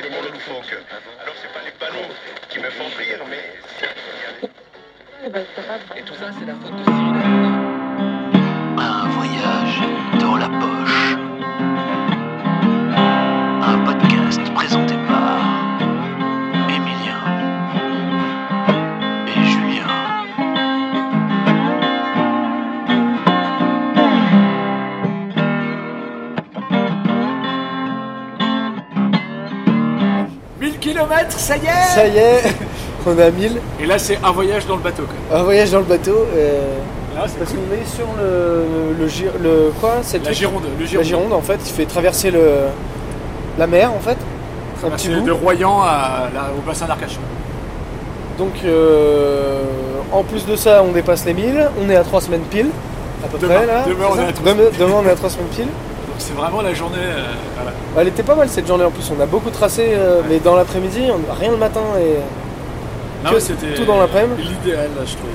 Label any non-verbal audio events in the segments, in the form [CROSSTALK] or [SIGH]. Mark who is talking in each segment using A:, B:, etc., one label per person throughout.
A: Donc, euh, alors c'est pas les ballons qui me font rire, mais
B: Et tout ça, c'est la faute de Cyril Hanouna.
C: Un voyage dans la poche. Un podcast présenté par Emilien et Julien.
D: Ça y est, [LAUGHS] on a 1000.
E: Et là, c'est un voyage dans le bateau. Quoi.
D: Un voyage dans le bateau. euh,
E: Là, c'est
D: parce qu'on est sur le, le, gi- le- quoi c'est le
E: la
D: truc
E: Gironde. Le
D: La
E: Gironde.
D: Gironde en fait, il fait traverser le, la mer en fait. Un
E: Ah,
D: petit
E: c'est
D: bout.
E: de Royan à, là, au bassin d'Arcachon.
D: Donc euh, en plus de ça, on dépasse les 1000. On est à 3 semaines pile. À peu
E: Demain.
D: près là.
E: Demain,
D: c'est
E: on
D: ça
E: est à trois
D: Demain- demain, on est à 3 semaines pile.
E: Donc, c'est vraiment la journée. euh, voilà.
D: Elle était pas mal cette journée en plus. On a beaucoup tracé, euh, mais dans l'après-midi, on- rien le matin et
E: Non,
D: Que-
E: mais c'était
D: tout dans l'après-midi
E: L'idéal, là, je trouve.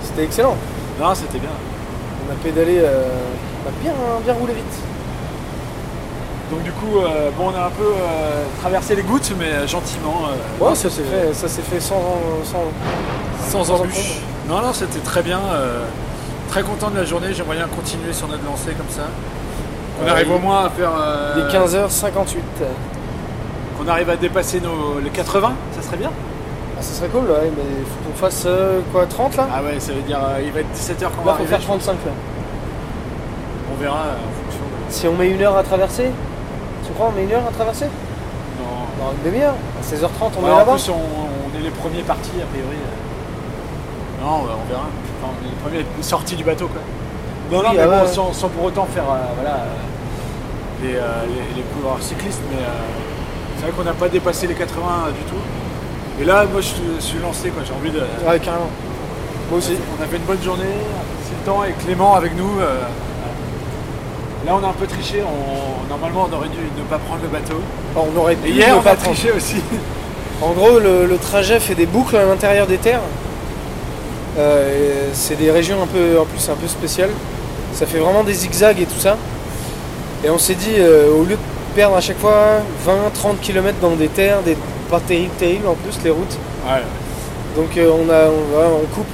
D: c'était excellent.
E: Non, c'était bien.
D: On a pédalé, euh, on a bien, bien roulé vite.
E: Donc, du coup, euh, bon, on a un peu euh, traversé les gouttes, mais euh, gentiment. euh,
D: Ouais,
E: donc,
D: ça s'est
E: c'était
D: fait, ça s'est fait sans, sans,
E: Sans
D: sans
E: embûche. Non, non, c'était très bien. euh, très content de la journée. J'aimerais bien continuer sur notre lancée comme ça. On
D: Ouais,
E: arrive
D: il-
E: au moins à faire. euh,
D: Il est 15h58.
E: Qu'on arrive à dépasser nos, les 80, ça serait bien.
D: Ah, ça serait cool, ouais, mais faut qu'on fasse euh, quoi 30 là
E: Ah ouais, ça veut dire euh, il va être 17h quand on va
D: Là, faut
E: arriver.
D: faire 35 là.
E: On verra euh, en fonction de...
D: Si on met une heure à traverser, tu crois on met une heure à traverser
E: Non.
D: Dans une demi-heure, à 16h30 on
E: Ouais,
D: est
E: en
D: là-bas.
E: plus, on, on est les premiers partis, a priori. euh. Non, ouais, on verra. Enfin, on est les premiers à être sortis du bateau, quoi. Non, non,
D: Oui,
E: mais
D: ah
E: bon,
D: ouais.
E: sans, sans pour autant faire euh, voilà, euh, les, euh, les, les coureurs cyclistes, mais euh, c'est vrai qu'on n'a pas dépassé les 80 du tout. Et là, moi, je, suis- je suis lancé, quoi. J'ai envie de.
D: Ouais, carrément. Moi aussi.
E: On a fait une bonne journée, c'est le temps, et Clément avec nous. euh, là, on a un peu triché. On, normalement, on aurait dû ne pas prendre le bateau.
D: Alors, on aurait pu
E: Et hier,
D: ne
E: on
D: pas
E: a
D: prendre.
E: triché aussi.
D: En gros, le, le trajet fait des boucles à l'intérieur des terres. Euh, et c'est des régions un peu, en plus, un peu spéciales. Ça fait vraiment des zigzags et tout ça. Et on s'est dit, euh, au lieu de perdre à chaque fois 20-30 km dans des terres, des pas terribles, terribles en plus, les routes.
E: [LAUGHS] Ouais,
D: Donc euh, on, a, on, voilà, on coupe.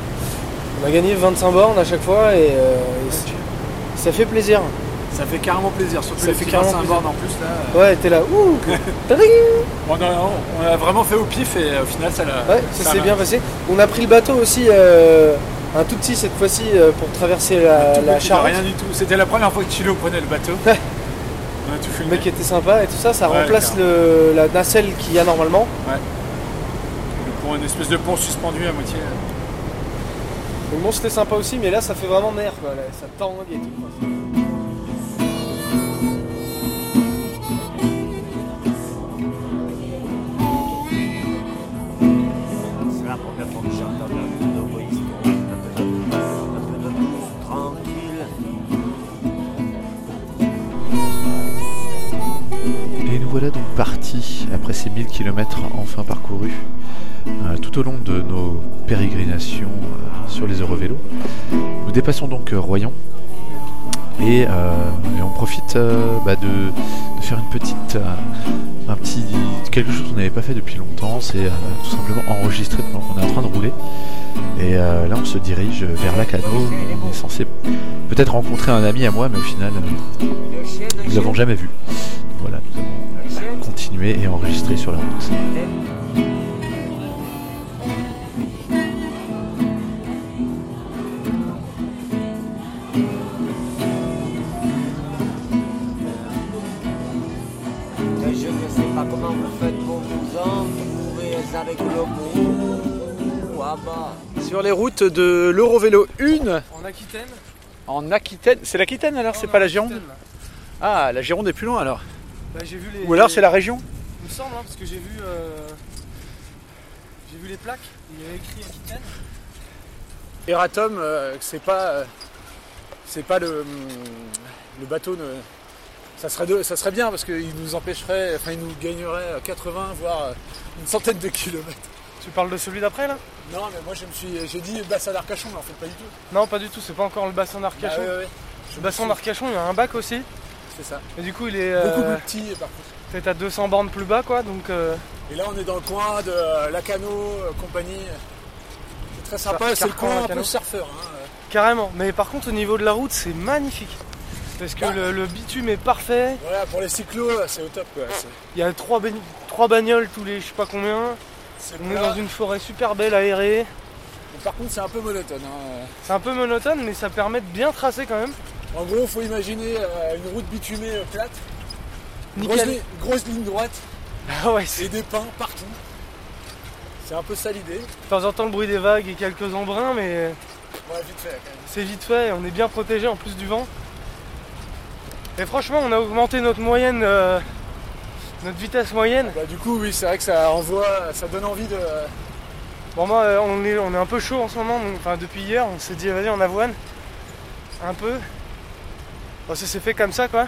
D: On a gagné 25 bornes à chaque fois et, euh, et c- ça fait plaisir.
E: ça fait carrément plaisir, surtout
D: Ça
E: les
D: fait
E: petits
D: carrément
E: bassins à
D: plaisir.
E: borne en plus. Là, euh,
D: Ouais, t'es là, ouh tading
E: on, a, on a vraiment fait au pif et euh, au final, ça l'a.
D: Ouais, ça s'est
E: l'a-
D: bien passé. On a pris le bateau aussi, euh, un tout petit cette fois-ci, euh, pour traverser la,
E: tout
D: la
E: petit,
D: Charente.
E: Rien du tout. C'était la première fois que Chilo prenait le bateau. on
D: Ouais.
E: a tout
D: Le
E: filmé.
D: mec était sympa et tout ça, ça
E: Ouais,
D: remplace le, la nacelle qu'il y a normalement.
E: Pour une espèce de pont suspendu à moitié. euh.
D: Donc bon, c'était sympa aussi, mais là ça fait vraiment mer, quoi. là, ça tangue et tout. quoi.
F: C'est la première fois que j'entends la musique de Moïse. Tranquille.
G: Et nous voilà donc partis après ces 1000 km enfin parcourus euh, tout au long de nos pérégrinations euh, sur les Eurovélos. Nous dépassons donc euh, Royan et, euh, et on profite euh, bah, de, de faire une petite, euh, un petit, quelque chose qu'on n'avait pas fait depuis longtemps, c'est euh, tout simplement enregistrer pendant qu'on est en train de rouler. Et euh, là on se dirige vers Lacano, où on est censé peut-être rencontrer un ami à moi, mais au final euh, nous l'avons jamais vu. Voilà, nous avons continuer et enregistrer sur la route.
F: Mais je ne sais pas comment vous faites pour vous entourer avec le bout. Ah bah.
E: Sur les routes de l'Eurovélo 1
D: En Aquitaine
E: en Aquitaine. C'est l'Aquitaine alors, c'est pas la Gironde Ah, la Gironde est plus loin alors.
D: j'ai vu les,
E: Ou alors c'est la région
D: Il me semble, hein, parce que j'ai vu, euh, j'ai vu les plaques, il y avait écrit Aquitaine.
E: Eratom, euh, c'est pas, euh, c'est pas le, hum, le bateau. ne- ça serait, de- ça serait bien parce qu'il nous empêcherait, enfin il nous gagnerait 80 voire euh, une centaine de kilomètres.
D: Tu parles de celui d'après là
E: Non mais moi je me suis, j'ai dit bassin d'Arcachon, mais en fait pas du tout.
D: Non, pas du tout, c'est pas encore le bassin d'Arcachon.
E: Ah Bah, ouais, ouais, ouais. Je
D: le
E: me
D: bassin
E: suis-
D: d'Arcachon, il y a un bac aussi,
E: C'est ça.
D: et du coup il est.
E: Beaucoup
D: euh,
E: plus petit par contre.
D: peut-être à 200 bornes plus bas, quoi. Donc, euh,
E: Et là, on est dans le coin de euh, Lacano, euh, compagnie. C'est très sympa,
D: Car-
E: c'est le
D: Carcan,
E: coin un
D: Lacano.
E: peu surfeur. hein.
D: carrément. Mais par contre, au niveau de la route, c'est magnifique. Parce que
E: Ah.
D: le, le bitume est parfait.
E: Voilà, pour les cyclos, c'est au top. quoi. C'est-
D: Il y a trois, baign- trois bagnoles tous les je sais pas combien.
E: c'est
D: On est
E: plat.
D: dans une forêt super belle, aérée.
E: Mais Par contre, c'est un peu monotone. hein.
D: C'est un peu monotone, mais ça permet de bien tracer quand même.
E: En gros, faut imaginer euh, une route bitumée euh, plate, une grosse,
D: Nickel.
E: li- une grosse ligne droite
D: Ah ouais, [LAUGHS] c'est-
E: et des pins partout. C'est un peu ça l'idée.
D: de temps en temps le bruit des vagues et quelques embruns, mais euh,
E: Ouais, vite fait quand même.
D: c'est vite fait. On est bien protégé en plus du vent. Et franchement, on a augmenté notre moyenne, euh, notre vitesse moyenne.
E: Bah, du coup, oui, c'est vrai que ça envoie, ça donne envie de.
D: Euh. Bon moi euh, on est, on est un peu chaud en ce moment, donc, enfin depuis hier on s'est dit vas-y on avoine un peu. Bon, ça s'est fait comme ça quoi.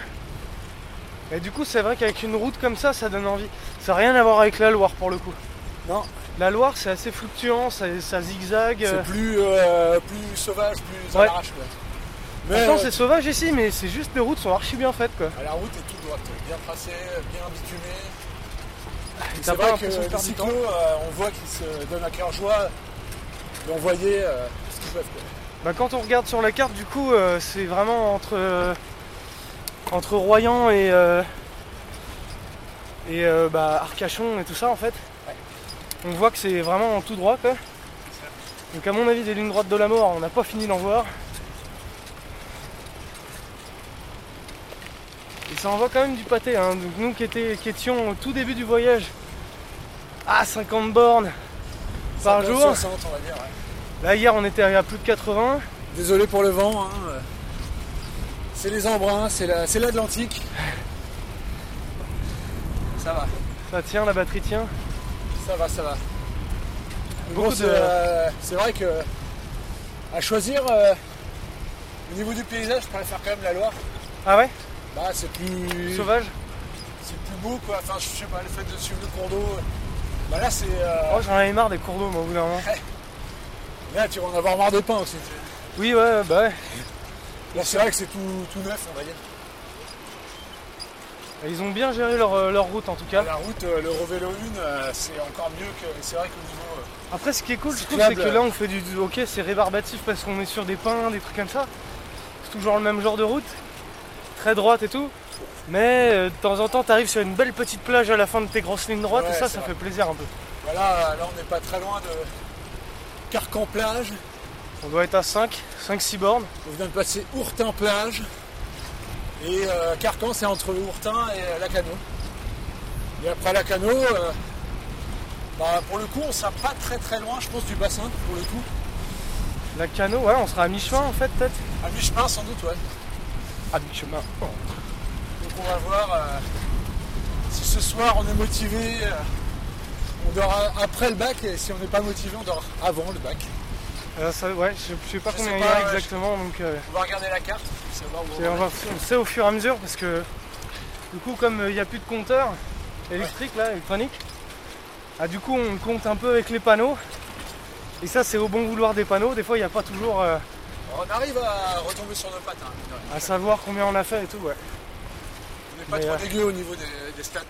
D: Et du coup c'est vrai qu'avec une route comme ça ça donne envie. Ça n'a rien à voir avec la Loire pour le coup.
E: Non.
D: La Loire c'est assez fluctuant, ça, ça zigzague. euh.
E: C'est plus, euh, plus sauvage, plus à
D: Ouais.
E: l'arrache. quoi. Mais
D: Pourtant
E: euh,
D: c'est sauvage ici mais c'est juste les routes sont archi bien faites quoi.
E: à Ah, la route est toute droite, bien tracée, bien bitumée. Et
D: Ah, T'as
E: C'est
D: pas
E: vrai que
D: l'impression de
E: les
D: perdre du
E: cyclos, euh, on voit qu'ils se donnent à cœur joie d'envoyer euh, ce qu'ils peuvent. quoi.
D: Bah, quand on regarde sur la carte du coup euh, c'est vraiment entre, euh, entre Royan et, euh, et euh, bah, Arcachon et tout ça en fait. On voit que c'est vraiment en tout droit quoi. Donc à mon avis des lignes droites de la mort on n'a pas fini d'en voir. Et ça envoie quand même du pâté. hein. Donc nous qui, était- qui étions au tout début du voyage à 50 bornes par
E: Ça donne
D: jour.
E: 60, on va dire. ouais.
D: Là hier on était à plus de 80.
E: Désolé pour le vent. hein, euh. C'est les embruns, c'est la- c'est l'Atlantique. ça va,
D: Ça tient, Ah, la batterie tient.
E: ça va, ça va. En
D: Beaucoup
E: gros, c'est
D: de-
E: euh, c'est vrai que à choisir euh, au niveau du paysage, je préfère quand même la Loire.
D: Ah ouais
E: Bah, c'est plus
D: Sauvage
E: c'est plus beau quoi. Enfin, je sais pas, le fait de suivre le cours d'eau. euh, Bah là, c'est euh,
D: Oh j'en avais marre des cours d'eau moi au bout d'un moment.
E: là, tu vas en avoir marre de pain aussi.
D: Oui ouais bah ouais.
E: Là, c'est vrai que c'est tout, tout neuf, on va dire.
D: Ils ont bien géré leur, euh, leur route en tout cas.
E: La route, euh, le Rovélo 1, euh, c'est encore mieux que. C'est vrai qu'au niveau euh,
D: Après ce qui est cool je trouve c'est
E: Cyclable.
D: que là on fait du, du- ok c'est rébarbatif parce qu'on est sur des pins, des trucs comme ça. C'est toujours le même genre de route, très droite et tout. Mais euh, de temps en temps t'arrives sur une belle petite plage à la fin de tes grosses lignes droites
E: Ouais,
D: et ça
E: c'est
D: ça
E: vrai.
D: fait plaisir un peu.
E: Voilà, là on n'est pas très loin de Carcan plage.
D: On doit être à 5, 5-6 bornes.
E: On vient de passer Ourtin plage. Et euh, Carcan c'est entre Ourtin et euh, Lacano. Et après Lacano, euh, bah, pour le coup on sera pas très très loin je pense du bassin pour le coup.
D: La canot, ouais on sera à mi-chemin en fait peut-être.
E: À mi-chemin sans doute ouais.
D: À mi-chemin.
E: Donc on va voir euh, si ce soir on est motivé. euh, on dort à- après le bac et si on n'est pas motivé on dort avant le bac.
D: Euh, ça- ouais je, je sais pas
E: Je
D: combien
E: sais
D: il y a
E: pas, ouais, je-
D: exactement donc... euh,
E: On va regarder la carte pour savoir où on
D: Et
E: en
D: on,
E: est.
D: va- on sait au fur et à mesure parce que du coup comme euh, il n'y a plus de compteur électrique là, électronique, ah, du coup on compte un peu avec les panneaux. Et ça c'est au bon vouloir des panneaux, des fois il n'y a pas toujours euh,
E: On arrive à retomber sur nos pattes. hein, mine de rien.
D: à savoir combien on a fait et tout ouais.
E: On n'est pas
D: Mais,
E: trop
D: euh,
E: dégueu au niveau des, des stats.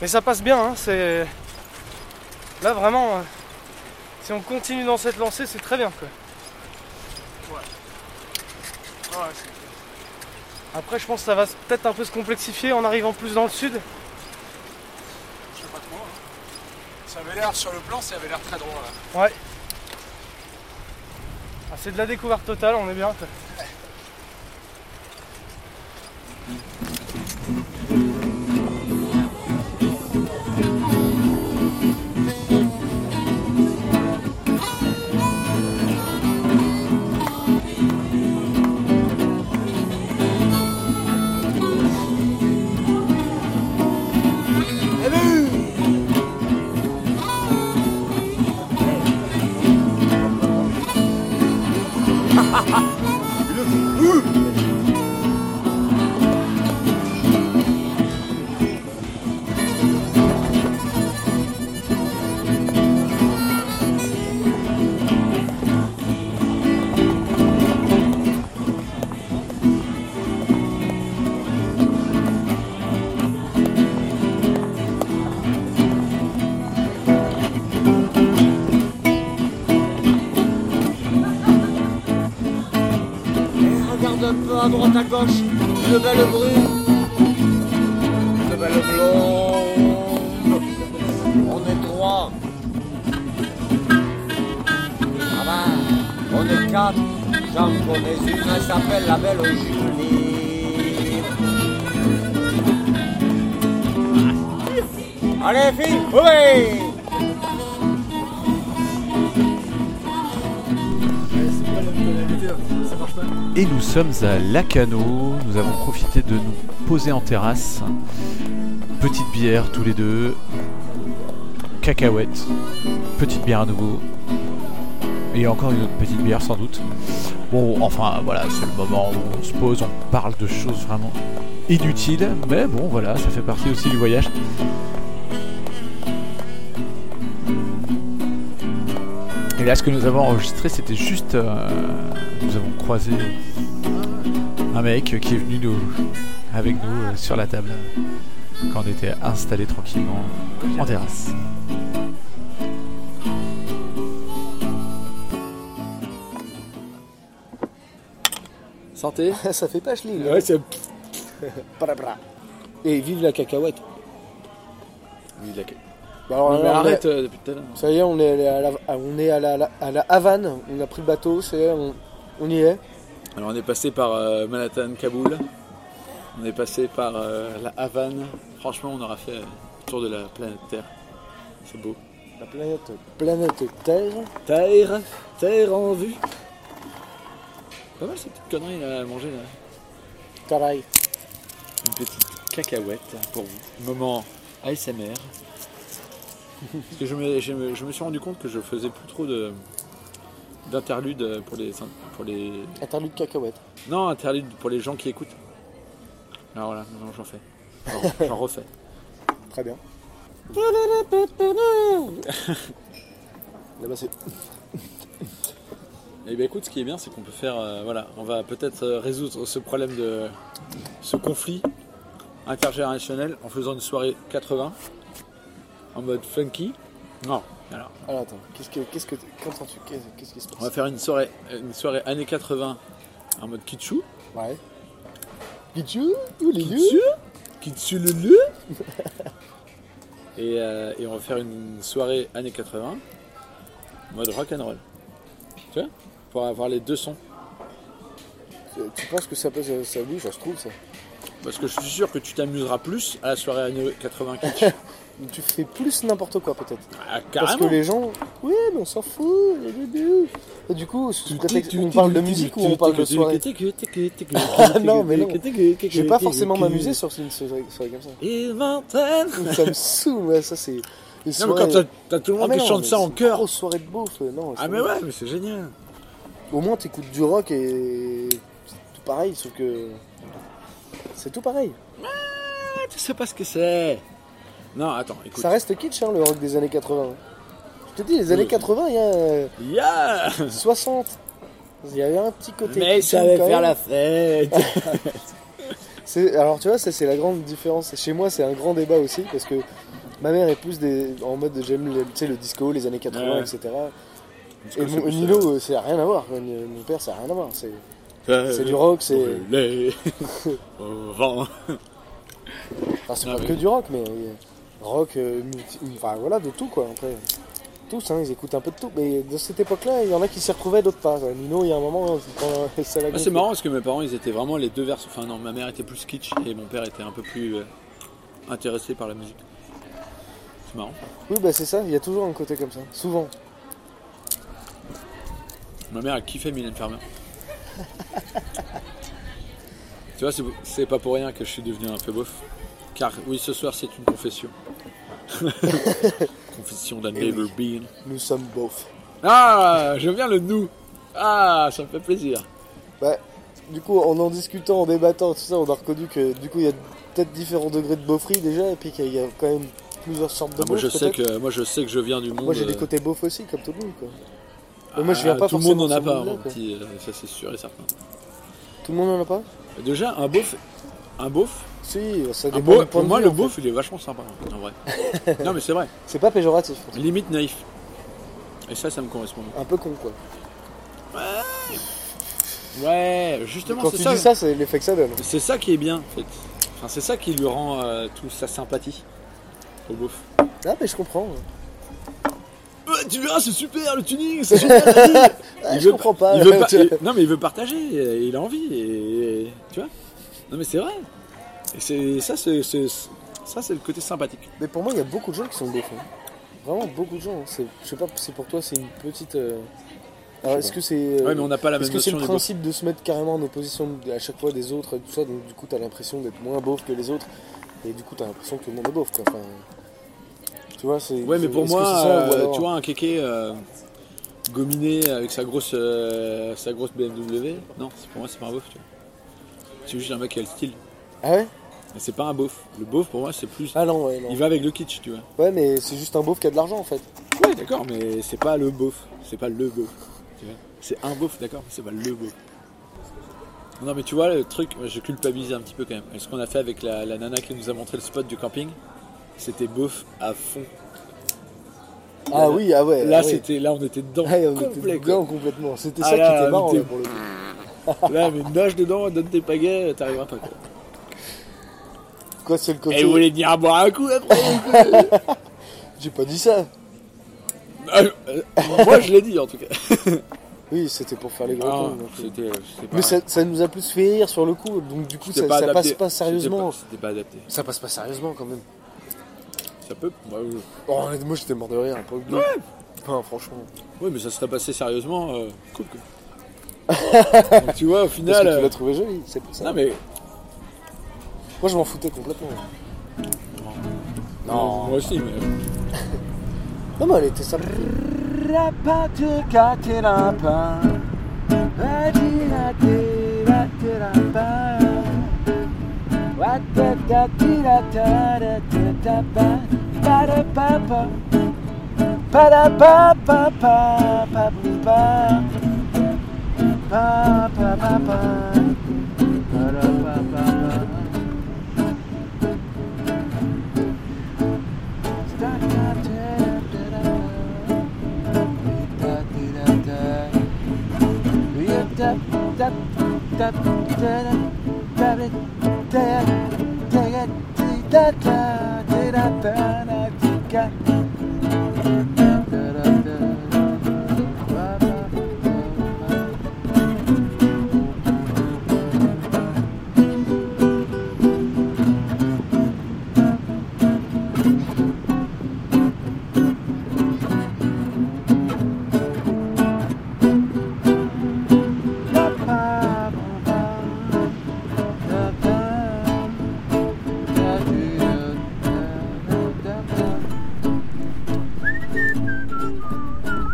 D: Mais ça passe bien, hein, c'est. Là vraiment euh, si on continue dans cette lancée c'est très bien quoi. Après je pense que ça va s- peut-être un peu se complexifier en arrivant plus dans le sud.
E: je sais pas trop. hein. Ça avait l'air sur le plan, ça avait l'air très droit. là.
D: Ah, c'est de la découverte totale, on est bien. quoi.
E: droite à gauche, de belles brunes, de belles blondes. On est trois. Ah ben, on est quatre. J'en connais une, elle s'appelle la belle Julie. Allez, filles, oui!
H: Et nous sommes à Lacano. Nous avons profité de nous poser en terrasse. Petite bière tous les deux. Cacahuètes. Petite bière à nouveau. Et encore une autre petite bière sans doute. Bon, enfin voilà, c'est le moment où on se pose, on parle de choses vraiment inutiles. Mais bon, voilà, ça fait partie aussi du voyage. Et là, ce que nous avons enregistré, c'était juste. euh, nous avons croisé un mec qui est venu nous, avec nous euh, sur la table euh, quand on était installés tranquillement en terrasse.
I: Santé. Ça fait pas chelil.
G: Ouais, c'est
I: Et vive la cacahuète. Bah alors,
G: Non, mais
I: là, on est-
G: arrête euh, depuis tout à l'heure.
I: Ça y est, on est allé à la, à- on est à la, la- à la Havane. On a pris le bateau, ça y est, on, on y est.
G: Alors on est passé par euh, Manhattan, Kaboul. On est passé par euh, la Havane. Franchement, on aura fait euh, le tour de la planète Terre. [LAUGHS] C'est beau.
I: La planète, planète Terre.
G: Terre, terre en vue. Pas mal ces petites conneries là, à manger là.
I: Travail.
G: Une petite cacahuète hein, pour vous. Moment
I: [LAUGHS]
G: ASMR. Parce que je me, je me- je me suis rendu compte que je faisais plus trop de d'interludes pour les pour les
I: Interlude cacahuète.
G: non interludes pour les gens qui écoutent. Alors voilà, maintenant j'en fais. J'en- J'en refais.
I: Très bien. Là-bas, c'est
G: Et bien Eh ben, écoute, ce qui est bien, c'est qu'on peut faire. euh, voilà, on va peut-être euh, résoudre ce problème de. ce conflit intergénérationnel en faisant une soirée 80 en mode funky. Non, alors,
I: Alors attends, qu'est-ce que qu'est-ce que qu'entends-tu Qu'est-ce qu'est-ce qui se
G: on va
I: passe
G: faire une soirée, euh, une soirée années 80 en mode kitschou.
I: Ouais. Pichu, ou les
G: Kitschou Kitschou le le et, euh, et on va faire une soirée années 80 mode rock'n'roll. Tu vois Pour avoir les deux sons.
I: deux. Tu penses que ça peut ça, ça bouge Ça se trouve ça.
G: Parce que je suis sûr que tu t'amuseras plus à la soirée années 80 kitsch.
I: Tu fais plus n'importe quoi peut-être.
G: Ah,
I: Parce
G: carrément.
I: que les gens, oui, mais on s'en fout. les bébés. Et du coup, sous prétexte, on parle de musique ou on parle de soirée
G: Ah
I: [LAUGHS] non, mais non. Je
G: Je
I: vais pas forcément m'amuser sur une soirée soirée comme ça.
G: Il m'entend.
I: Ça
G: [LAUGHS]
I: me saoule, ouais, ça c'est. une
G: Non, mais quand
I: soirée-
G: t'as- t'as tout le
I: Ah,
G: monde
I: mais
G: qui
I: non,
G: chante
I: mais
G: ça
I: c'est
G: en
I: une
G: chœur.
I: grosse soirée de beauf, euh, non.
G: Ah,
I: c'est
G: mais
I: bon.
G: ouais, mais c'est génial.
I: Au moins t'écoutes du rock et. C'est tout pareil, sauf que. C'est tout pareil.
G: Ah, Tu sais pas ce que c'est. Non, attends, écoute.
I: Ça reste kitsch, hein, le rock des années 80. Je te dis, les années
G: Oui.
I: 80, il y a euh,
G: [LAUGHS] Yeah
I: 60. Il y avait un petit côté.
G: Mais
I: kitsch,
G: ça va
I: quand
G: faire
I: même.
G: la fête.
I: C'est- Alors tu vois, ça c'est la grande différence. Chez moi, c'est un grand débat aussi parce que ma mère est plus des... en mode de- j'aime le, tu sais, le disco, les années 80,
G: Ouais.
I: etc. Et mon, Nilo, euh, c'est rien à voir. quoi. Mon mon père, ça a rien à voir. C'est c'est du rock, c'est.
G: Brûlé
I: [LAUGHS]
G: au vent.
I: Enfin, c'est
G: Ah
I: pas
G: oui.
I: que du rock, mais euh, rock, euh, multi- enfin voilà, de tout quoi. Après, tous, hein, ils écoutent un peu de tout. Mais de cette époque-là, il y en a qui s'y retrouvaient, d'autres pas. quoi. Nino, il y a un moment, quand [LAUGHS] ça l'a
G: Ah, c'est marrant parce que mes parents ils étais vraiment les deux versions. Enfin non, ma mère était plus kitsch et mon père était un peu plus euh, intéressé par la musique. C'est marrant.
I: Oui, bah c'est ça, il y a toujours un côté comme ça, souvent.
G: Ma mère elle kiffait Mylène Farmer. [LAUGHS] tu vois, c'est- c'est pas pour rien que je suis devenu un peu beauf. Car oui, ce soir c'est une confession. [LAUGHS] confession d'un
I: Eh oui.
G: never been.
I: Nous sommes beaufs.
G: Ah, j'aime bien le nous. Ah, ça me fait plaisir.
I: Du coup, en en discutant, en débattant, tout ça, on a reconnu que du coup, il y a peut-être différents degrés de beaufrie déjà, et puis qu'il y a quand même plusieurs sortes de
G: Ah, moi, je
I: beaufs,
G: sais
I: peut-être.
G: que, moi je sais que je viens du monde.
I: Moi, j'ai des
G: euh,
I: côtés beaufs aussi, comme tout le monde. Quoi.
G: ah,
I: moi, je viens pas
G: Tout le monde
I: forcément
G: n'en a
I: de ce
G: pas,
I: monde-là,
G: mon
I: quoi.
G: petit, euh, ça c'est sûr et certain.
I: Tout le monde en a pas
G: Déjà, un beauf. Un beauf,
I: Si, ça dépend
G: un beauf
I: du point
G: pour
I: de
G: Ah, moi
I: vue,
G: le
I: en fait.
G: beauf il est vachement sympa
I: [LAUGHS]
G: en vrai. non mais c'est vrai,
I: C'est pas péjoratif, en fait.
G: limite naïf. Et ça, ça me correspond.
I: un peu con quoi.
G: Ouais, justement,
I: Quand
G: c'est
I: tu
G: ça.
I: dis ça, c'est l'effet que ça donne.
G: C'est ça qui est bien, en fait. Enfin, c'est ça qui lui rend euh, tout sa sympathie. Au beauf.
I: Ah, mais je comprends.
G: Ouais, tu verras, c'est super le tuning, c'est super. la vie.
I: Ah,
G: Il
I: je
G: veut
I: comprends
G: pas-
I: pas. [LAUGHS]
G: il veut pas-
I: tu vois.
G: il- non, mais il veut partager, et il a envie, et, et- tu vois. Non, mais c'est vrai. Et c'est ça, c'est c'est- ça, c'est le côté sympathique.
I: Mais pour moi, il y a beaucoup de gens qui sont beaufs. hein. Vraiment beaucoup de gens. hein. C'est- Je sais pas si pour toi, c'est une petite. euh, Alors, est-ce que c'est. euh,
G: Ouais, mais on n'a pas la
I: Est-ce
G: même
I: que c'est
G: notion
I: le
G: du beauf.
I: principe de se mettre carrément en opposition à chaque fois des autres et tout ça, donc du coup t'as l'impression d'être moins beauf que les autres, et du coup t'as l'impression que tout le monde est beauf quoi. Enfin, tu vois, c'est.
G: Ouais, mais
I: c'est-
G: pour
I: est-ce que
G: moi,
I: c'est ça, ou
G: euh,
I: alors-
G: tu vois, un kéké euh, gominé avec sa grosse, euh, sa grosse BMW, non, c'est- pour moi, c'est pas un beauf, tu vois. C'est juste un mec qui a le style.
I: Ah ouais
G: Mais c'est pas un beauf. Le beauf, pour moi, c'est plus.
I: Ah non, ouais, non.
G: Il va avec le kitsch, tu vois.
I: Ouais, mais c'est juste un beauf qui a de l'argent en fait.
G: Ouais, d'accord, mais c'est pas le beauf. C'est pas le beauf. tu vois. C'est un beauf, d'accord, mais c'est pas le beauf. Non, mais tu vois, le truc, moi, je culpabilise un petit peu quand même. Ce qu'on a fait avec la, la nana qui nous a montré le spot du camping, c'était beauf à fond.
I: Ah oui, ah ouais.
G: Là,
I: ah ouais.
G: c'était, là, Euh, on était dedans.
I: Ah, on était
G: complet, quoi.
I: dedans complètement. C'était
G: Ah
I: ça
G: là,
I: qui était marrant
G: on était-
I: là, pour le coup.
G: Là, mais nage dedans, donne tes pagaies, t'arriveras pas. Quoi.
I: Quoi, c'est le
G: Et
I: côté.
G: vous voulez venir à boire un coup [LAUGHS] après
I: J'ai pas dit ça.
G: Euh, euh, Moi, je l'ai dit en tout cas.
I: Oui, c'était pour faire les gros
G: Ah,
I: cons, donc, euh.
G: c'était, c'était pas-
I: Mais ça, ça nous a plus fait rire sur le coup, donc du coup
G: c'était
I: ça, ça
G: adapté.
I: passe
G: C'était
I: pas sérieusement.
G: C'était pas adapté.
I: Ça passe pas sérieusement quand même.
G: Ça peut. ouais, ouais.
I: Oh, moi j'étais mort de rire pour le coup. Enfin, franchement.
G: Oui, mais ça serait passé sérieusement. euh, cool.
I: [LAUGHS]
G: quoi. Donc, tu vois, au
I: Parce
G: final.
I: que tu
G: euh,
I: l'as trouvé joli, c'est pour ça.
G: Non, mais.
I: Moi je m'en foutais complètement.
G: Non, moi aussi, mais. euh.
I: Non, mais elle était sympa.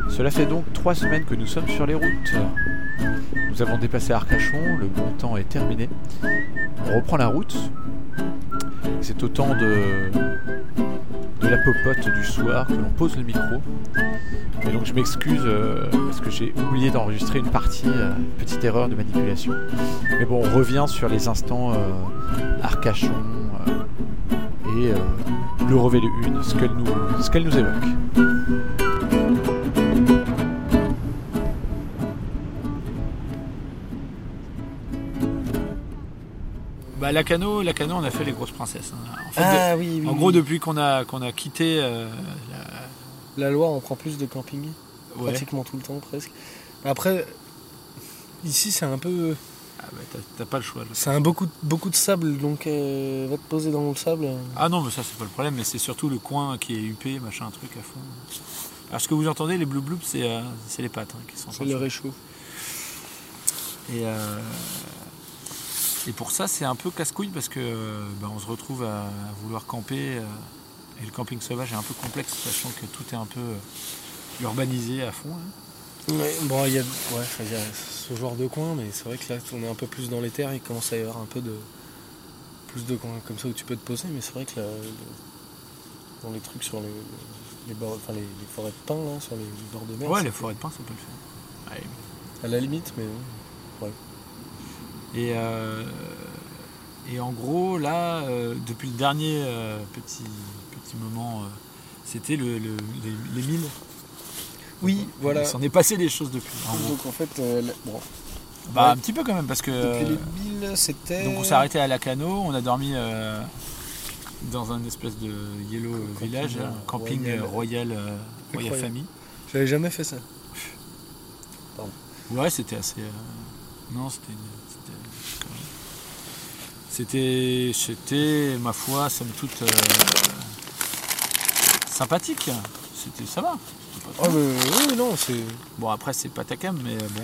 J: Cela fait donc trois semaines que nous sommes sur les routes. Nous avons dépassé Arcachon, le bon temps est terminé. On reprend la route. C'est au temps de, de la popote du soir que l'on pose le micro. Et donc je m'excuse euh, parce que j'ai oublié d'enregistrer une partie, euh, petite erreur de manipulation. Mais bon, on revient sur les instants euh, Arcachon euh, et euh, le Revélo 1, ce qu'elle nous, ce qu'elle nous évoque.
G: Bah, Lacano, Lacano, on a fait les grosses princesses. hein. En, fait,
I: Ah oui,
G: de-
I: oui.
G: en gros, depuis qu'on a, qu'on a quitté. euh, la-
I: la Loire, on prend plus de camping,
G: ouais.
I: pratiquement tout le temps presque. Après, ici c'est un peu.
G: Ah, bah, t'as, t'as pas le choix. là.
I: C'est un beaucoup, beaucoup de sable, donc euh, va te poser dans le sable. euh.
G: Ah non, mais ça, c'est pas le problème, mais c'est surtout le coin qui est huppé, machin, truc à fond. Alors, ce que vous entendez, les blou bloups, c'est, euh, c'est les pattes hein, qui sont
I: C'est
G: sorties.
I: le réchaud.
G: Et, euh, et pour ça, c'est un peu casse-couille parce que euh, ben, on se retrouve à, à vouloir camper. euh, et le camping sauvage est un peu complexe, sachant que tout est un peu euh, urbanisé à fond. hein.
I: Ouais, bon, il y a, ouais, enfin, il y a ce genre de coin, mais c'est vrai que là, on est un peu plus dans les terres, il commence à y avoir un peu de. plus de coins comme ça où tu peux te poser, mais c'est vrai que là, le- dans les trucs sur les, les, bords, enfin, les, les forêts de pins, là, sur les bords de mer,
G: Ouais,
I: c'est
G: les forêts de pins, ça peut le faire.
I: à la limite, mais. bon.
G: Et, euh, et en gros, là, euh, depuis le dernier euh, petit, petit moment, euh, c'était le, le- les, les milles.
I: Oui, voilà.
G: Il s'en est passé des choses depuis. en gros.
I: Donc en fait, euh, la- bon,
G: Bah, un petit peu quand même, parce que.
I: Depuis les 1000, c'était.
G: Euh, Donc on s'est arrêté à Lacano, on a dormi euh, dans un espèce de yellow village,
I: euh,
G: un camping
I: royal.
G: euh, royal, euh, royal
I: Incroyable.
G: famille.
I: J'avais jamais fait ça.
G: Ouais, c'était assez. euh, Non, c'était. c'était quand même- C'était, c'était, ma foi, somme toute euh, sympathique. C'était, ça va. C'était pas trop.
I: Oh, mais oui, non, c'est
G: Bon, après c'est pas ta cam, mais euh, bon,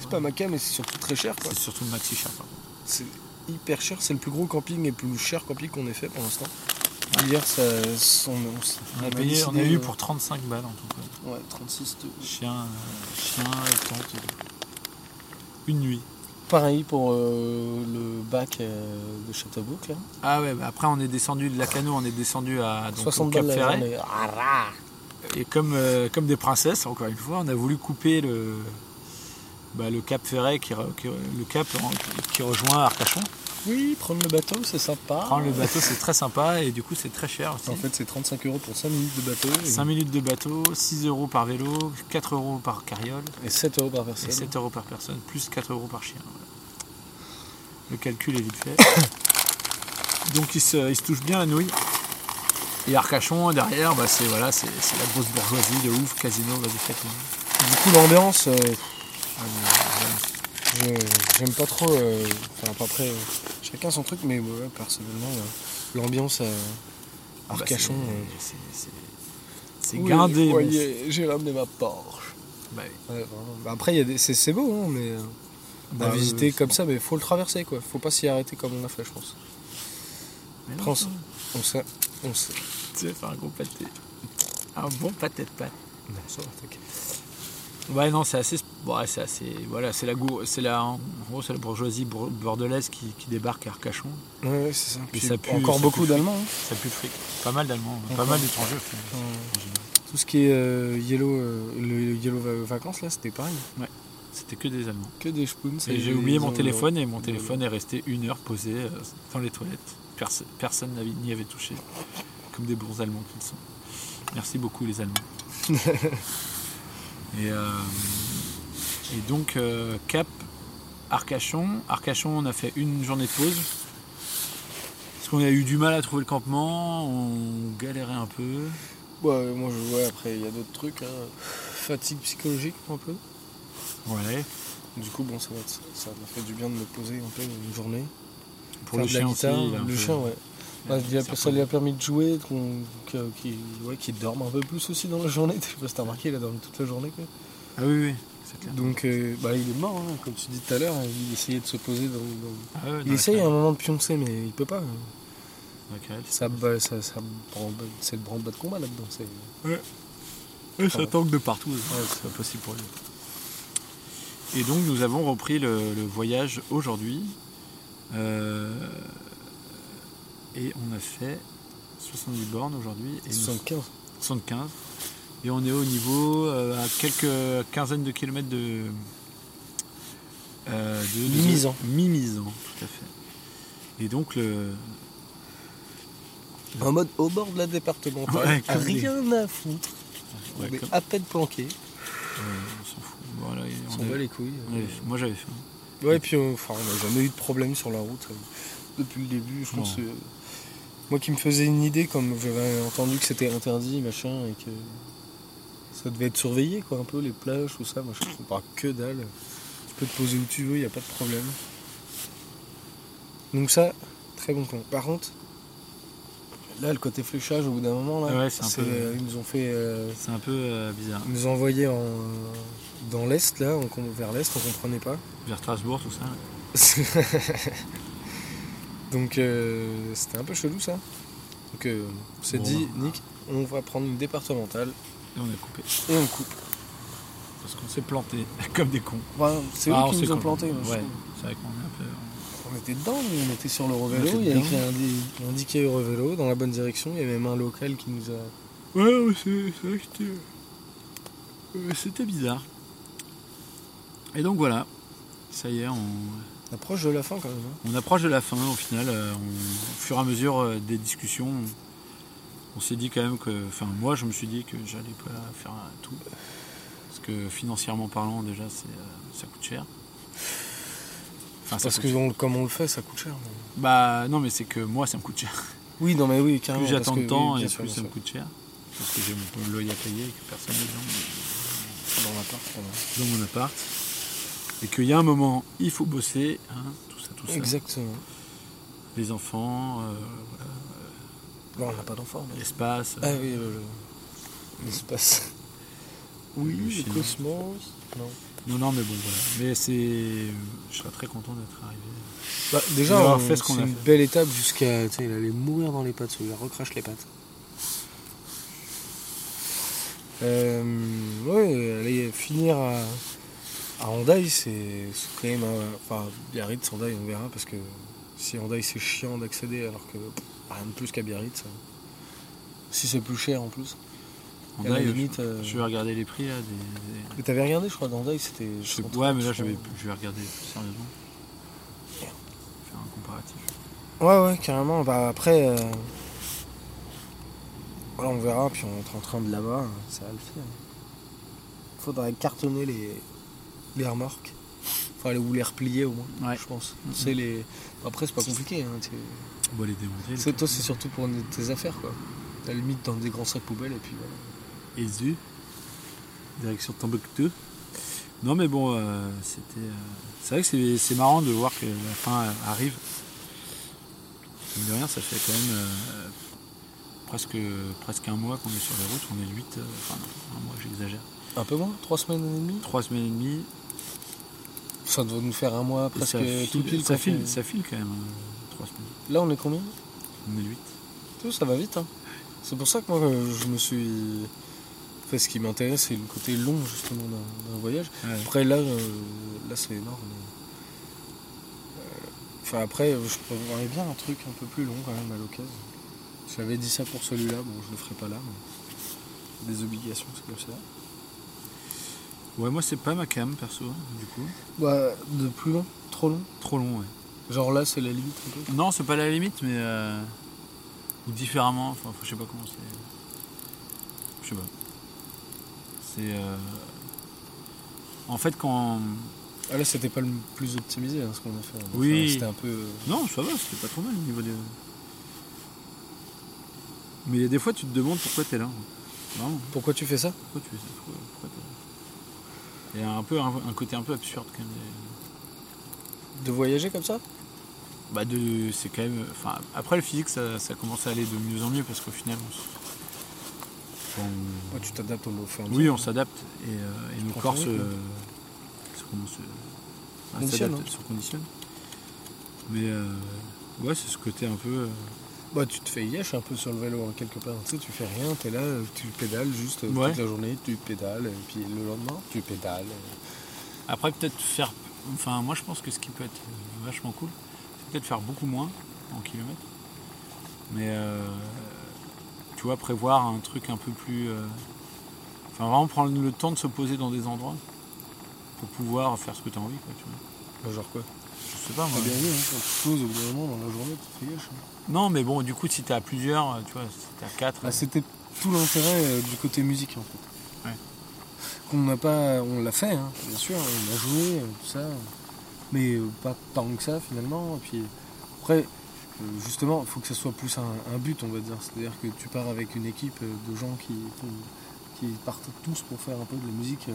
I: c'est pas ma cam, mais c'est surtout très cher. quoi.
G: c'est surtout le maxi cher. par contre.
I: C'est hyper cher. C'est le plus gros camping et le plus cher camping qu'on ait fait pour l'instant. Hier, ça, on, on s-
G: On a
I: on a
G: payé, on a
I: décidé,
G: eu
I: euh,
G: pour 35 balles en tout cas.
I: Ouais, 36 euros.
G: Chien, euh, chien, tente. Une nuit.
I: Pareil pour euh, le bac euh, de Châteaubourg, là.
G: Ah ouais, bah après on est descendu de la Lacano, on est descendu à donc, au
I: 60
G: Cap
I: balles la
G: Ferret.
I: journée. Ah, rah.
G: Et comme, euh, comme des princesses, encore une fois, on a voulu couper le, bah, le Cap Ferret qui, re- qui re- le cap en- qui rejoint Arcachon.
I: Oui, prendre le bateau, c'est sympa.
G: Prendre le bateau, c'est très sympa et du coup c'est très cher aussi.
I: En fait, c'est 35 euros pour 5 minutes de bateau et-
G: 5 minutes de bateau, 6 euros par vélo, 4 euros par carriole
I: et, 7 euros par
G: et
I: personne.
G: 7 euros par personne, plus 4 euros par chien. voilà. Le calcul est vite fait. Donc il se, il se touche bien la nouille. Et Arcachon, derrière, bah, c'est voilà, c'est c'est la grosse bourgeoisie de ouf, casino, vas-y Ah, faites
I: Du coup, l'ambiance, euh, je- j'aime pas trop. euh, Enfin, pas après, euh, chacun son truc, mais ouais, personnellement, euh, l'ambiance euh,
G: Ah bah,
I: Arcachon.
G: c'est-
I: euh,
G: c'est- c'est- C'est
I: oui,
G: guindé. mon-
I: voyez, j'ai ramené ma Porsche.
G: Bah oui.
I: Ouais, vraiment. Bah, après, il y a des- c'est c'est beau, hein, mais euh,
G: Bah
I: à
G: oui,
I: visiter
G: oui,
I: comme ça, mais faut le traverser, quoi. Faut pas s'y arrêter comme on a fait, je pense.
G: Mais non,
I: Après, on s- on s'est- on s'est-
G: Tu vas faire un gros pâté. Un bon pâté de pâte.
I: Non, ça va, t'inquiète.
G: Ouais, non, c'est assez. bon, ouais, c'est assez. Voilà, c'est la, gour- c'est la, en gros, c'est la bourgeoisie bor- bordelaise qui, qui débarque à Arcachon.
I: Ouais, ouais, c'est ça.
G: Et
I: Puis
G: ça pue-
I: encore
G: ça
I: beaucoup
G: pue le fric.
I: d'Allemands. hein.
G: Ça pue le fric. Pas mal d'Allemands, hein. pas
I: Encore.
G: mal d'étrangers.
I: Euh,
G: enfin, en général.
I: tout ce qui est euh, yellow, euh, le, le yellow va- vacances, là, c'était pareil.
G: C'était que des Allemands.
I: Que des spoons.
G: Et j'ai oublié
I: euh,
G: mon téléphone et mon
I: ils ont-
G: téléphone est resté une heure posé euh, dans les toilettes. Perso- personne n'avait- n'y avait touché. Comme des bons Allemands qu'ils sont. Merci beaucoup les Allemands.
I: [LAUGHS]
G: et, euh, et donc euh, Cap, Arcachon. Arcachon on a fait une journée de pause. Parce qu'on a eu du mal à trouver le campement, on galérait un peu.
I: Ouais, Bah, moi je vois, après, il y a d'autres trucs. hein. Fatigue psychologique, un peu.
G: Ouais.
I: Du coup, bon, ça m'a ça m'a fait du bien de me poser un peu une journée.
G: Pour
I: Faire
G: le
I: de la
G: chien aussi.
I: guitare,
G: il a un
I: Le
G: peu-
I: chien, ouais.
G: il a
I: Bah, il a-
G: certains-
I: ça lui a permis de jouer, qu'on- que- qu'il ouais, qu'il dorme un peu plus aussi dans la journée. [LAUGHS] Je sais pas si t'as remarqué, il a dormi toute la journée. quoi.
G: Ah oui, oui, c'est clair.
I: Donc, euh, bah, il est mort, hein, comme tu dis tout à l'heure. Il essayait de se poser dans- dans,
G: Ah ouais, dans
I: Il
G: la
I: essaye à un
G: carrière,
I: moment de pioncer, mais il peut pas. hein.
G: dans la carrière.
I: Ça, bah, ça, ça branle- c'est le branle-bas de combat là-dedans. c'est-
G: Et
I: ça
G: ça tangue de partout, c'est pas possible pour lui. Et donc nous avons repris le, le voyage aujourd'hui. Euh, et on a fait 70 bornes aujourd'hui. et nous-
I: 75.
G: 75. Et on est au niveau euh, à quelques quinzaines de kilomètres de. euh, de de-
I: Mimizan.
G: Mimizan, tout à fait. Et donc le.
I: En mode au bord de la départementale.
G: Ouais, comme
I: rien à foutre.
G: ouais,
I: on est
G: comme-
I: à peine planqué.
G: euh, on s'en fout. Voilà, et
I: On
G: on
I: s'en
G: avait-
I: bat les couilles.
G: on avait- moi j'avais faim.
I: Ouais, et puis on- enfin, on n'a jamais eu de problème sur la route euh, depuis le début. Je pense
G: Non.
I: que- euh, moi qui me faisais une idée, comme j'avais entendu que c'était interdit, machin, et que ça devait être surveillé, quoi, un peu les plages, tout ça, machin. Bah, que dalle. Tu peux te poser où tu veux, il n'y a pas de problème. Donc, ça, très bon plan. Par contre, là, le côté fléchage, au bout d'un moment, là,
G: Ouais, c'est un
I: c'est-
G: peu-
I: euh, ils nous ont fait. euh,
G: C'est un peu euh, bizarre.
I: ils nous ont envoyés en, dans l'Est, là, on com- vers l'Est, on comprenait pas.
G: Vers Strasbourg, tout ça.
I: [LAUGHS] Donc euh, c'était un peu chelou ça. Donc euh, on s'est
G: Bon,
I: dit,
G: bah.
I: Nick, on va prendre une départementale
G: Et on a coupé.
I: et on coupe.
G: Parce qu'on s'est planté [LAUGHS] comme des cons.
I: Enfin, c'est eux
G: Ah, on
I: qui
G: s'est
I: nous ont
G: con-
I: planté. moi, je
G: Ouais,
I: trouve.
G: c'est vrai qu'on est un peu.
I: On était dedans, on était sur l'Eurovélo,
G: On était
I: il y avait
G: dedans.
I: écrit indi- indiqué Eurovélo dans la bonne direction, il y avait même un local qui nous a.
G: Ouais, ouais, c'est c'est vrai que c'était. euh, C'était bizarre. Et donc voilà. Ça y est, on,
I: Approche de la fin quand même. hein.
G: on approche de la fin au final. euh, on- au fur et à mesure euh, des discussions, on, on s'est dit quand même que. Enfin, moi je me suis dit que j'allais pas faire euh, tout. Parce que financièrement parlant, déjà, c'est, euh, ça coûte cher. Enfin, ça
I: Parce
G: coûte
I: que
G: cher.
I: on- comme on le fait, ça coûte cher. mais-
G: Bah non, mais c'est que moi, ça me coûte cher.
I: Oui, non, mais oui, carrément.
G: Plus
I: parce
G: j'attends
I: que-
G: de temps
I: oui,
G: et
I: bien sûr,
G: plus
I: bien
G: ça me
I: sûr.
G: coûte cher. Parce que j'ai mon loyer à payer et que personne n'est dans,
I: Dans l'appart, voilà.
G: mon- dans mon appart. Et qu'il y a un moment, il faut bosser, hein, tout ça, tout ça.
I: Exactement.
G: Les enfants, euh,
I: Non, on n'a pas d'enfant. mais-
G: l'espace.
I: Ah oui, le- le- l'espace. Oui,
G: Le
I: le
G: chinois.
I: cosmos. Non.
G: Non, non, mais bon, voilà. Mais c'est. Je serais très content d'être arrivé.
I: Bah, déjà,
G: D'avoir
I: on-
G: fait ce
I: c'est
G: qu'on a
I: une
G: fait.
I: belle étape jusqu'à. Tu sais, il allait mourir dans les pattes, celui-là, recrache les pattes. Euh, ouais, aller finir à, à Hondaï, c'est c'est quand même. un- Enfin, Biarritz, Hondaï, on verra, parce que si Hondaï c'est chiant d'accéder, alors que pff, rien de plus qu'à Biarritz. hein. Si c'est plus cher en plus.
G: En
I: Et à la
G: live,
I: limite,
G: je,
I: euh,
G: je vais regarder les prix là. Des, des-
I: Mais t'avais regardé, je crois, d'Hendaï, c'était.
G: Je sais-
I: 30,
G: ouais, mais là je
I: crois.
G: vais, je vais regarder plus sérieusement. Faire un comparatif.
I: Ouais, ouais, carrément. Bah, après, euh, voilà, on verra, puis on entre en train de là-bas, hein, ça va le faire. Faudrait cartonner les, les remorques. Enfin, les- ou les replier au moins,
G: Ouais.
I: je pense. C'est les... Après, c'est pas compliqué. Hein, t'es-
G: On va les démonter. les
I: c'est, toi,
G: cartes.
I: c'est surtout pour une- tes affaires, quoi. À la limite, dans des grands sacs poubelles, et puis voilà.
G: Et Zu, direction Tombouctou. Non, mais bon, euh, c'était. euh, c'est vrai que c'est, c'est marrant de voir que la fin euh, arrive. Mine de rien, ça fait quand même euh, presque, presque un mois qu'on est sur les routes. On est 8, enfin, non, un mois, j'exagère.
I: Un peu moins, trois semaines et demie.
G: 3 semaines et demie.
I: Ça doit nous faire un mois
G: et
I: presque
G: ça, file,
I: tout pile.
G: ça,
I: quand
G: file,
I: on-
G: ça file quand même, 3 semaines.
I: Là, on est combien
G: On est 8.
I: Tout, ça va vite. hein. C'est pour ça que moi, euh, je me suis. Enfin, ce qui m'intéresse, c'est le côté long, justement, d'un d'un voyage. Après, là, euh, là c'est énorme. Euh, Enfin, après, euh, je prévoirais bien un truc un peu plus long, quand même, à l'occasion. J'avais dit ça pour celui-là, bon, je le ferai pas là, mais. Des obligations, c'est comme ça.
G: Ouais, moi, c'est pas ma cam, perso, hein, du coup.
I: Bah, de plus long Trop long
G: Trop long, ouais.
I: Genre là, c'est la limite un peu
G: Non, c'est pas la limite, mais. euh, ou différemment, enfin, faut- je sais pas comment c'est. Je sais pas. C'est. euh, En fait, quand.
I: Ah, là, c'était pas le plus optimisé, hein, ce qu'on a fait. Enfin,
G: Oui.
I: C'était un peu. euh,
G: Non, ça va, c'était pas trop mal au niveau de. Mais il y a des fois, tu te demandes pourquoi t'es là. Vraiment,
I: Pourquoi tu fais ça
G: pourquoi tu es ça Pourquoi, pourquoi t'es là Il y a un, peu, un, un côté un peu absurde quand même.
I: De voyager comme ça
G: Bah, de, c'est quand même. Enfin, après le physique, ça, ça commence à aller de mieux en mieux parce qu'au final, on se- on-
I: Ouais, Tu t'adaptes au au fur et à
G: Oui,
I: mesure.
G: on s'adapte et, euh, et nos
I: prends
G: corps
I: ton
G: se,
I: rythme.
G: se- comment se- enfin,
I: Conditionne,
G: s'adaptent, se conditionnent. Mais euh, ouais, c'est ce côté un peu. euh,
I: Bah, tu te fais yesh un peu sur le vélo, hein, quelque part. Tu sais, tu fais rien, t'es là, euh, tu pédales juste euh,
G: Ouais.
I: toute la journée, tu pédales, et puis le lendemain, tu pédales. euh.
G: Après, peut-être faire. Enfin, moi, je pense que ce qui peut être euh, vachement cool, c'est peut-être faire beaucoup moins en kilomètres. Mais euh, tu vois, prévoir un truc un peu plus. euh, Enfin, vraiment prendre le temps de se poser dans des endroits pour pouvoir faire ce que tu as envie, quoi, tu vois.
I: Bah, genre quoi
G: Je sais pas, moi.
I: T'as bien vu, hein, quand tu te poses au bout d'un moment dans la journée, tu te fais yesh. hein.
G: Non, mais bon, du coup, si t'es à plusieurs, euh, tu vois, si t'es à quatre.
I: Bah,
G: euh,
I: c'était tout l'intérêt euh, du côté musique, en fait.
G: Ouais.
I: Qu'on n'a pas. On l'a fait, hein, bien sûr, on a joué, euh, tout ça. Mais euh, pas tant que ça, finalement. Et puis, après. euh, Justement, il faut que ce soit plus un, un but, on va dire. C'est-à-dire que tu pars avec une équipe euh, de gens qui, qui partent tous pour faire un peu de la musique euh,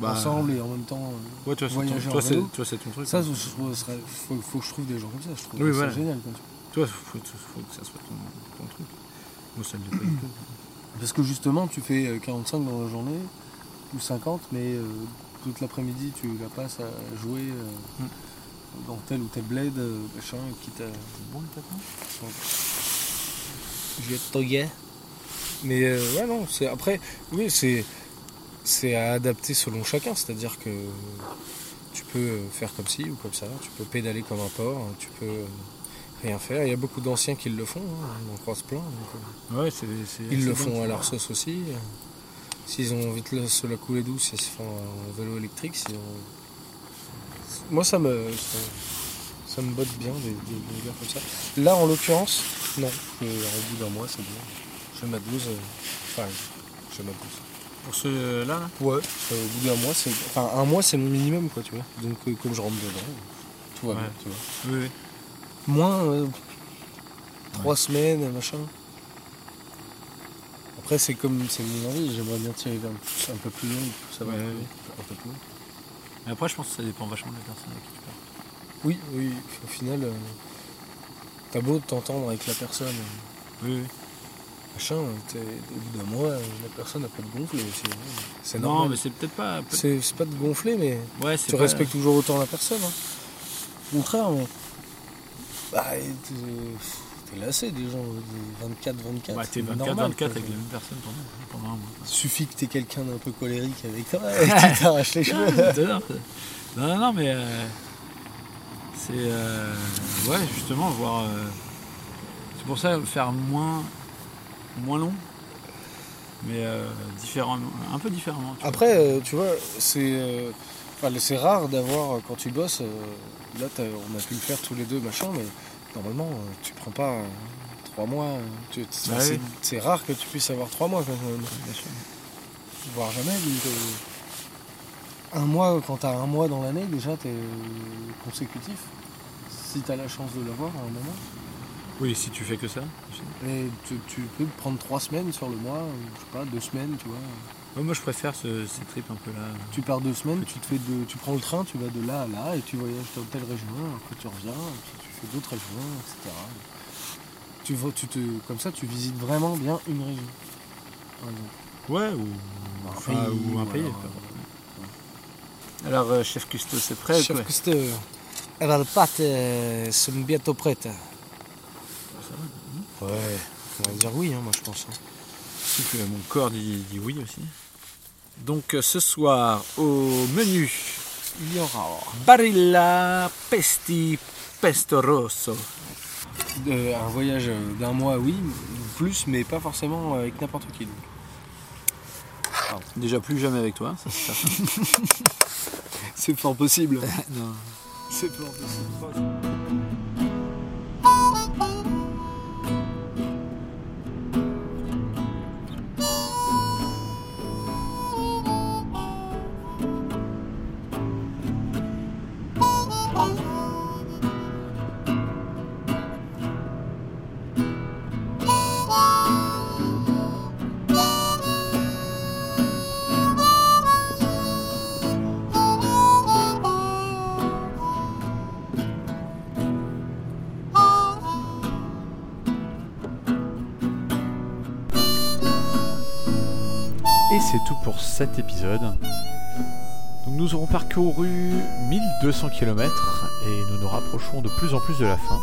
G: Bah,
I: ensemble et en même temps. euh,
G: Ouais, toi, c'est ton,
I: voyager en
G: toi, c'est-
I: vélo.
G: toi, c'est ton truc.
I: ça,
G: hein.
I: je trouve, ce serait- faut, faut que je trouve des gens comme ça. Je trouve
G: Oui,
I: ça
G: voilà.
I: génial. quoi.
G: Toi, faut, faut- faut que ça soit ton, ton truc. Moi, ça me l'est pas du
I: [CLEARS THROAT]
G: tout.
I: Parce que justement, tu fais euh, 45 dans la journée ou 50, mais euh, toute l'après-midi, tu la passes à jouer euh, dans tel ou tel bled, euh, machin, quitte à.
G: Bon, le patin
I: Je vais Mais euh, ouais, non, c'est après, oui, c'est c'est à adapter selon chacun, c'est-à-dire que tu peux euh, faire comme ci ou comme ça, tu peux pédaler comme un porc, hein, tu peux euh, rien faire. Il y a beaucoup d'anciens qui le font, hein, on en croise plein. donc, euh,
G: Ouais, c'est. c'est-
I: ils
G: c'est
I: le
G: bon,
I: font à
G: ça.
I: leur sauce aussi. euh, S'ils ont envie de la- se la couler douce, ils se font un vélo électrique. s'ils ont- Moi, ça me, ça, ça me botte bien des, des, des gars comme ça. Là, en l'occurrence, non. Je- au bout d'un mois, c'est bien. Je m'abuse. euh, Enfin, je m'abuse.
G: Pour ceux-là, là
I: Ouais, euh, au bout d'un mois, c'est. Enfin, un mois, c'est mon minimum, quoi, tu vois. Donc, euh, comme je rentre dedans, euh, tout
G: tout va bien. tout va bien.
I: Oui, oui. Moins euh, trois semaines, machin. Après, c'est comme c'est mon envie, j'aimerais bien tirer comme un peu plus long, ça va
G: Ouais,
I: un peu-
G: ouais,
I: un peu plus long.
G: Mais après, je pense que ça dépend vachement de la personne avec qui tu parles.
I: Oui, oui, au final, euh, t'as beau t'entendre avec la personne, euh,
G: Oui, oui.
I: machin, t'es- au bout d'un mois, euh, la personne n'a pas de gonfler, c'est- c'est
G: Non,
I: normal.
G: mais c'est peut-être pas. peut-
I: C'est c'est pas de gonfler, mais
G: Ouais, c'est
I: tu
G: pas-
I: respectes toujours autant la personne. hein. Au contraire, mais. Bah, t'es t'es lassé des gens, des 24-24.
G: Bah, t'es
I: c'est
G: 24,
I: normal,
G: 24
I: quoi.
G: avec la même personne pendant, pendant un mois.
I: Suffit que t'aies quelqu'un d'un peu colérique avec toi et
G: [LAUGHS]
I: tu t'arraches les cheveux.
G: non, non, non, mais euh, c'est euh, ouais justement voir. euh, c'est pour ça faire moins moins long, mais euh, différemment, un peu différemment. tu vois.
I: Après, euh, tu vois, c'est euh, enfin, c'est rare d'avoir, euh, quand tu bosses, euh, là t'as- on a pu le faire tous les deux, machin, mais normalement, euh, tu prends pas euh, trois mois. euh, tu- c'est-
G: Bah
I: c'est-
G: oui.
I: C'est rare que tu puisses avoir trois mois quand même.
G: Bien sûr.
I: voire jamais. donc, euh, un mois, quand t'as un mois dans l'année, déjà t'es euh, consécutif. Si t'as la chance de l'avoir à un moment.
G: Oui, si tu fais que ça.
I: Et tu, tu peux prendre trois semaines sur le mois, ou je sais pas, deux semaines, tu vois.
G: Ouais, moi, je préfère ce, ces trips un peu là.
I: Tu pars deux semaines, tu, te fais de, tu prends le train, tu vas de là à là, et tu voyages dans telle région, après tu reviens, et puis tu fais d'autres régions, etc. Tu, vas- tu te, comme ça, tu visites vraiment bien une région. Par exemple.
G: Ouais, ou,
I: Un
G: enfin,
I: pays,
G: ou un
I: ou
G: pays.
I: alors,
G: peu importe. Alors, euh, chef Custo, c'est prêt
I: Chef
G: quoi
I: Custer, alors les pâtes euh, sont bientôt prêtes.
G: hein.
I: Ouais, on va dire oui, hein, moi je pense. hein.
G: Surtout que Mon corps dit, dit oui aussi. Donc, euh, ce soir, au menu,
I: Il y aura
G: Barilla Pesti Pesto Rosso.
I: euh, un voyage euh, d'un mois, oui, ou plus, mais pas forcément euh, avec n'importe qui. donc.
G: Ah. Déjà plus jamais avec toi. ça, c'est certain.
I: [LAUGHS] C'est fort possible.
G: [LAUGHS] Non.
I: C'est fort possible.
J: Et c'est tout pour cet épisode. Donc nous aurons parcouru 1200 km et nous nous rapprochons de plus en plus de la fin.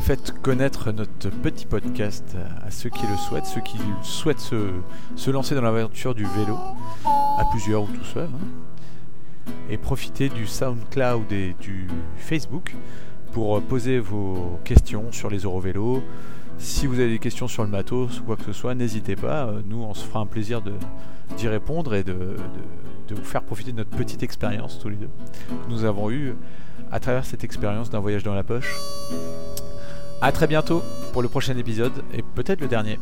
J: Faites connaître notre petit podcast à ceux qui le souhaitent, ceux qui souhaitent se, se lancer dans l'aventure du vélo, à plusieurs ou tout seul. hein. Et profitez du SoundCloud et du Facebook pour poser vos questions sur les Eurovélos, si vous avez des questions sur le matos ou quoi que ce soit, n'hésitez pas. Euh, Nous, on se fera un plaisir de, d'y répondre et de, de- de vous faire profiter de notre petite expérience tous les deux. que Nous avons eu à travers cette expérience d'un voyage dans la poche. À très bientôt pour le prochain épisode et peut-être le dernier.